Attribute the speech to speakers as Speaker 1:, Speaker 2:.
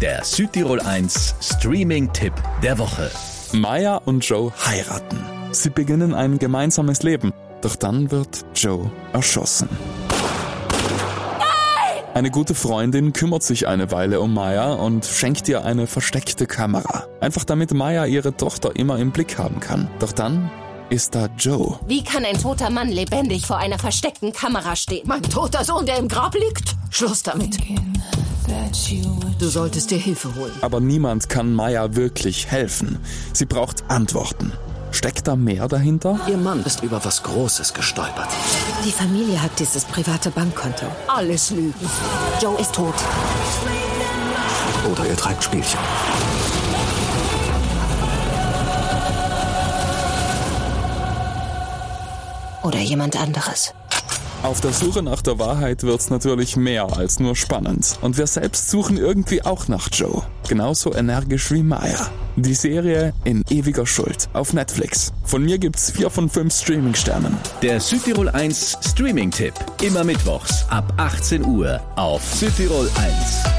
Speaker 1: Der Südtirol 1 Streaming-Tipp der Woche.
Speaker 2: Maya und Joe heiraten. Sie beginnen ein gemeinsames Leben, doch dann wird Joe erschossen. Eine gute Freundin kümmert sich eine Weile um Maya und schenkt ihr eine versteckte Kamera. Einfach damit Maya ihre Tochter immer im Blick haben kann. Doch dann ist da Joe.
Speaker 3: Wie kann ein toter Mann lebendig vor einer versteckten Kamera stehen?
Speaker 4: Mein toter Sohn, der im Grab liegt? Schluss damit. Du solltest dir Hilfe holen.
Speaker 2: Aber niemand kann Maya wirklich helfen. Sie braucht Antworten. Steckt da mehr dahinter?
Speaker 5: Ihr Mann ist über was Großes gestolpert.
Speaker 6: Die Familie hat dieses private Bankkonto.
Speaker 4: Alles Lügen.
Speaker 3: Joe ist tot.
Speaker 5: Oder ihr treibt Spielchen.
Speaker 3: Oder jemand anderes.
Speaker 2: Auf der Suche nach der Wahrheit wird's natürlich mehr als nur spannend. Und wir selbst suchen irgendwie auch nach Joe. Genauso energisch wie Maya. Die Serie In ewiger Schuld auf Netflix. Von mir gibt's vier von fünf Streaming-Sternen.
Speaker 1: Der Südtirol 1 Streaming-Tipp. Immer mittwochs ab 18 Uhr auf Südtirol 1.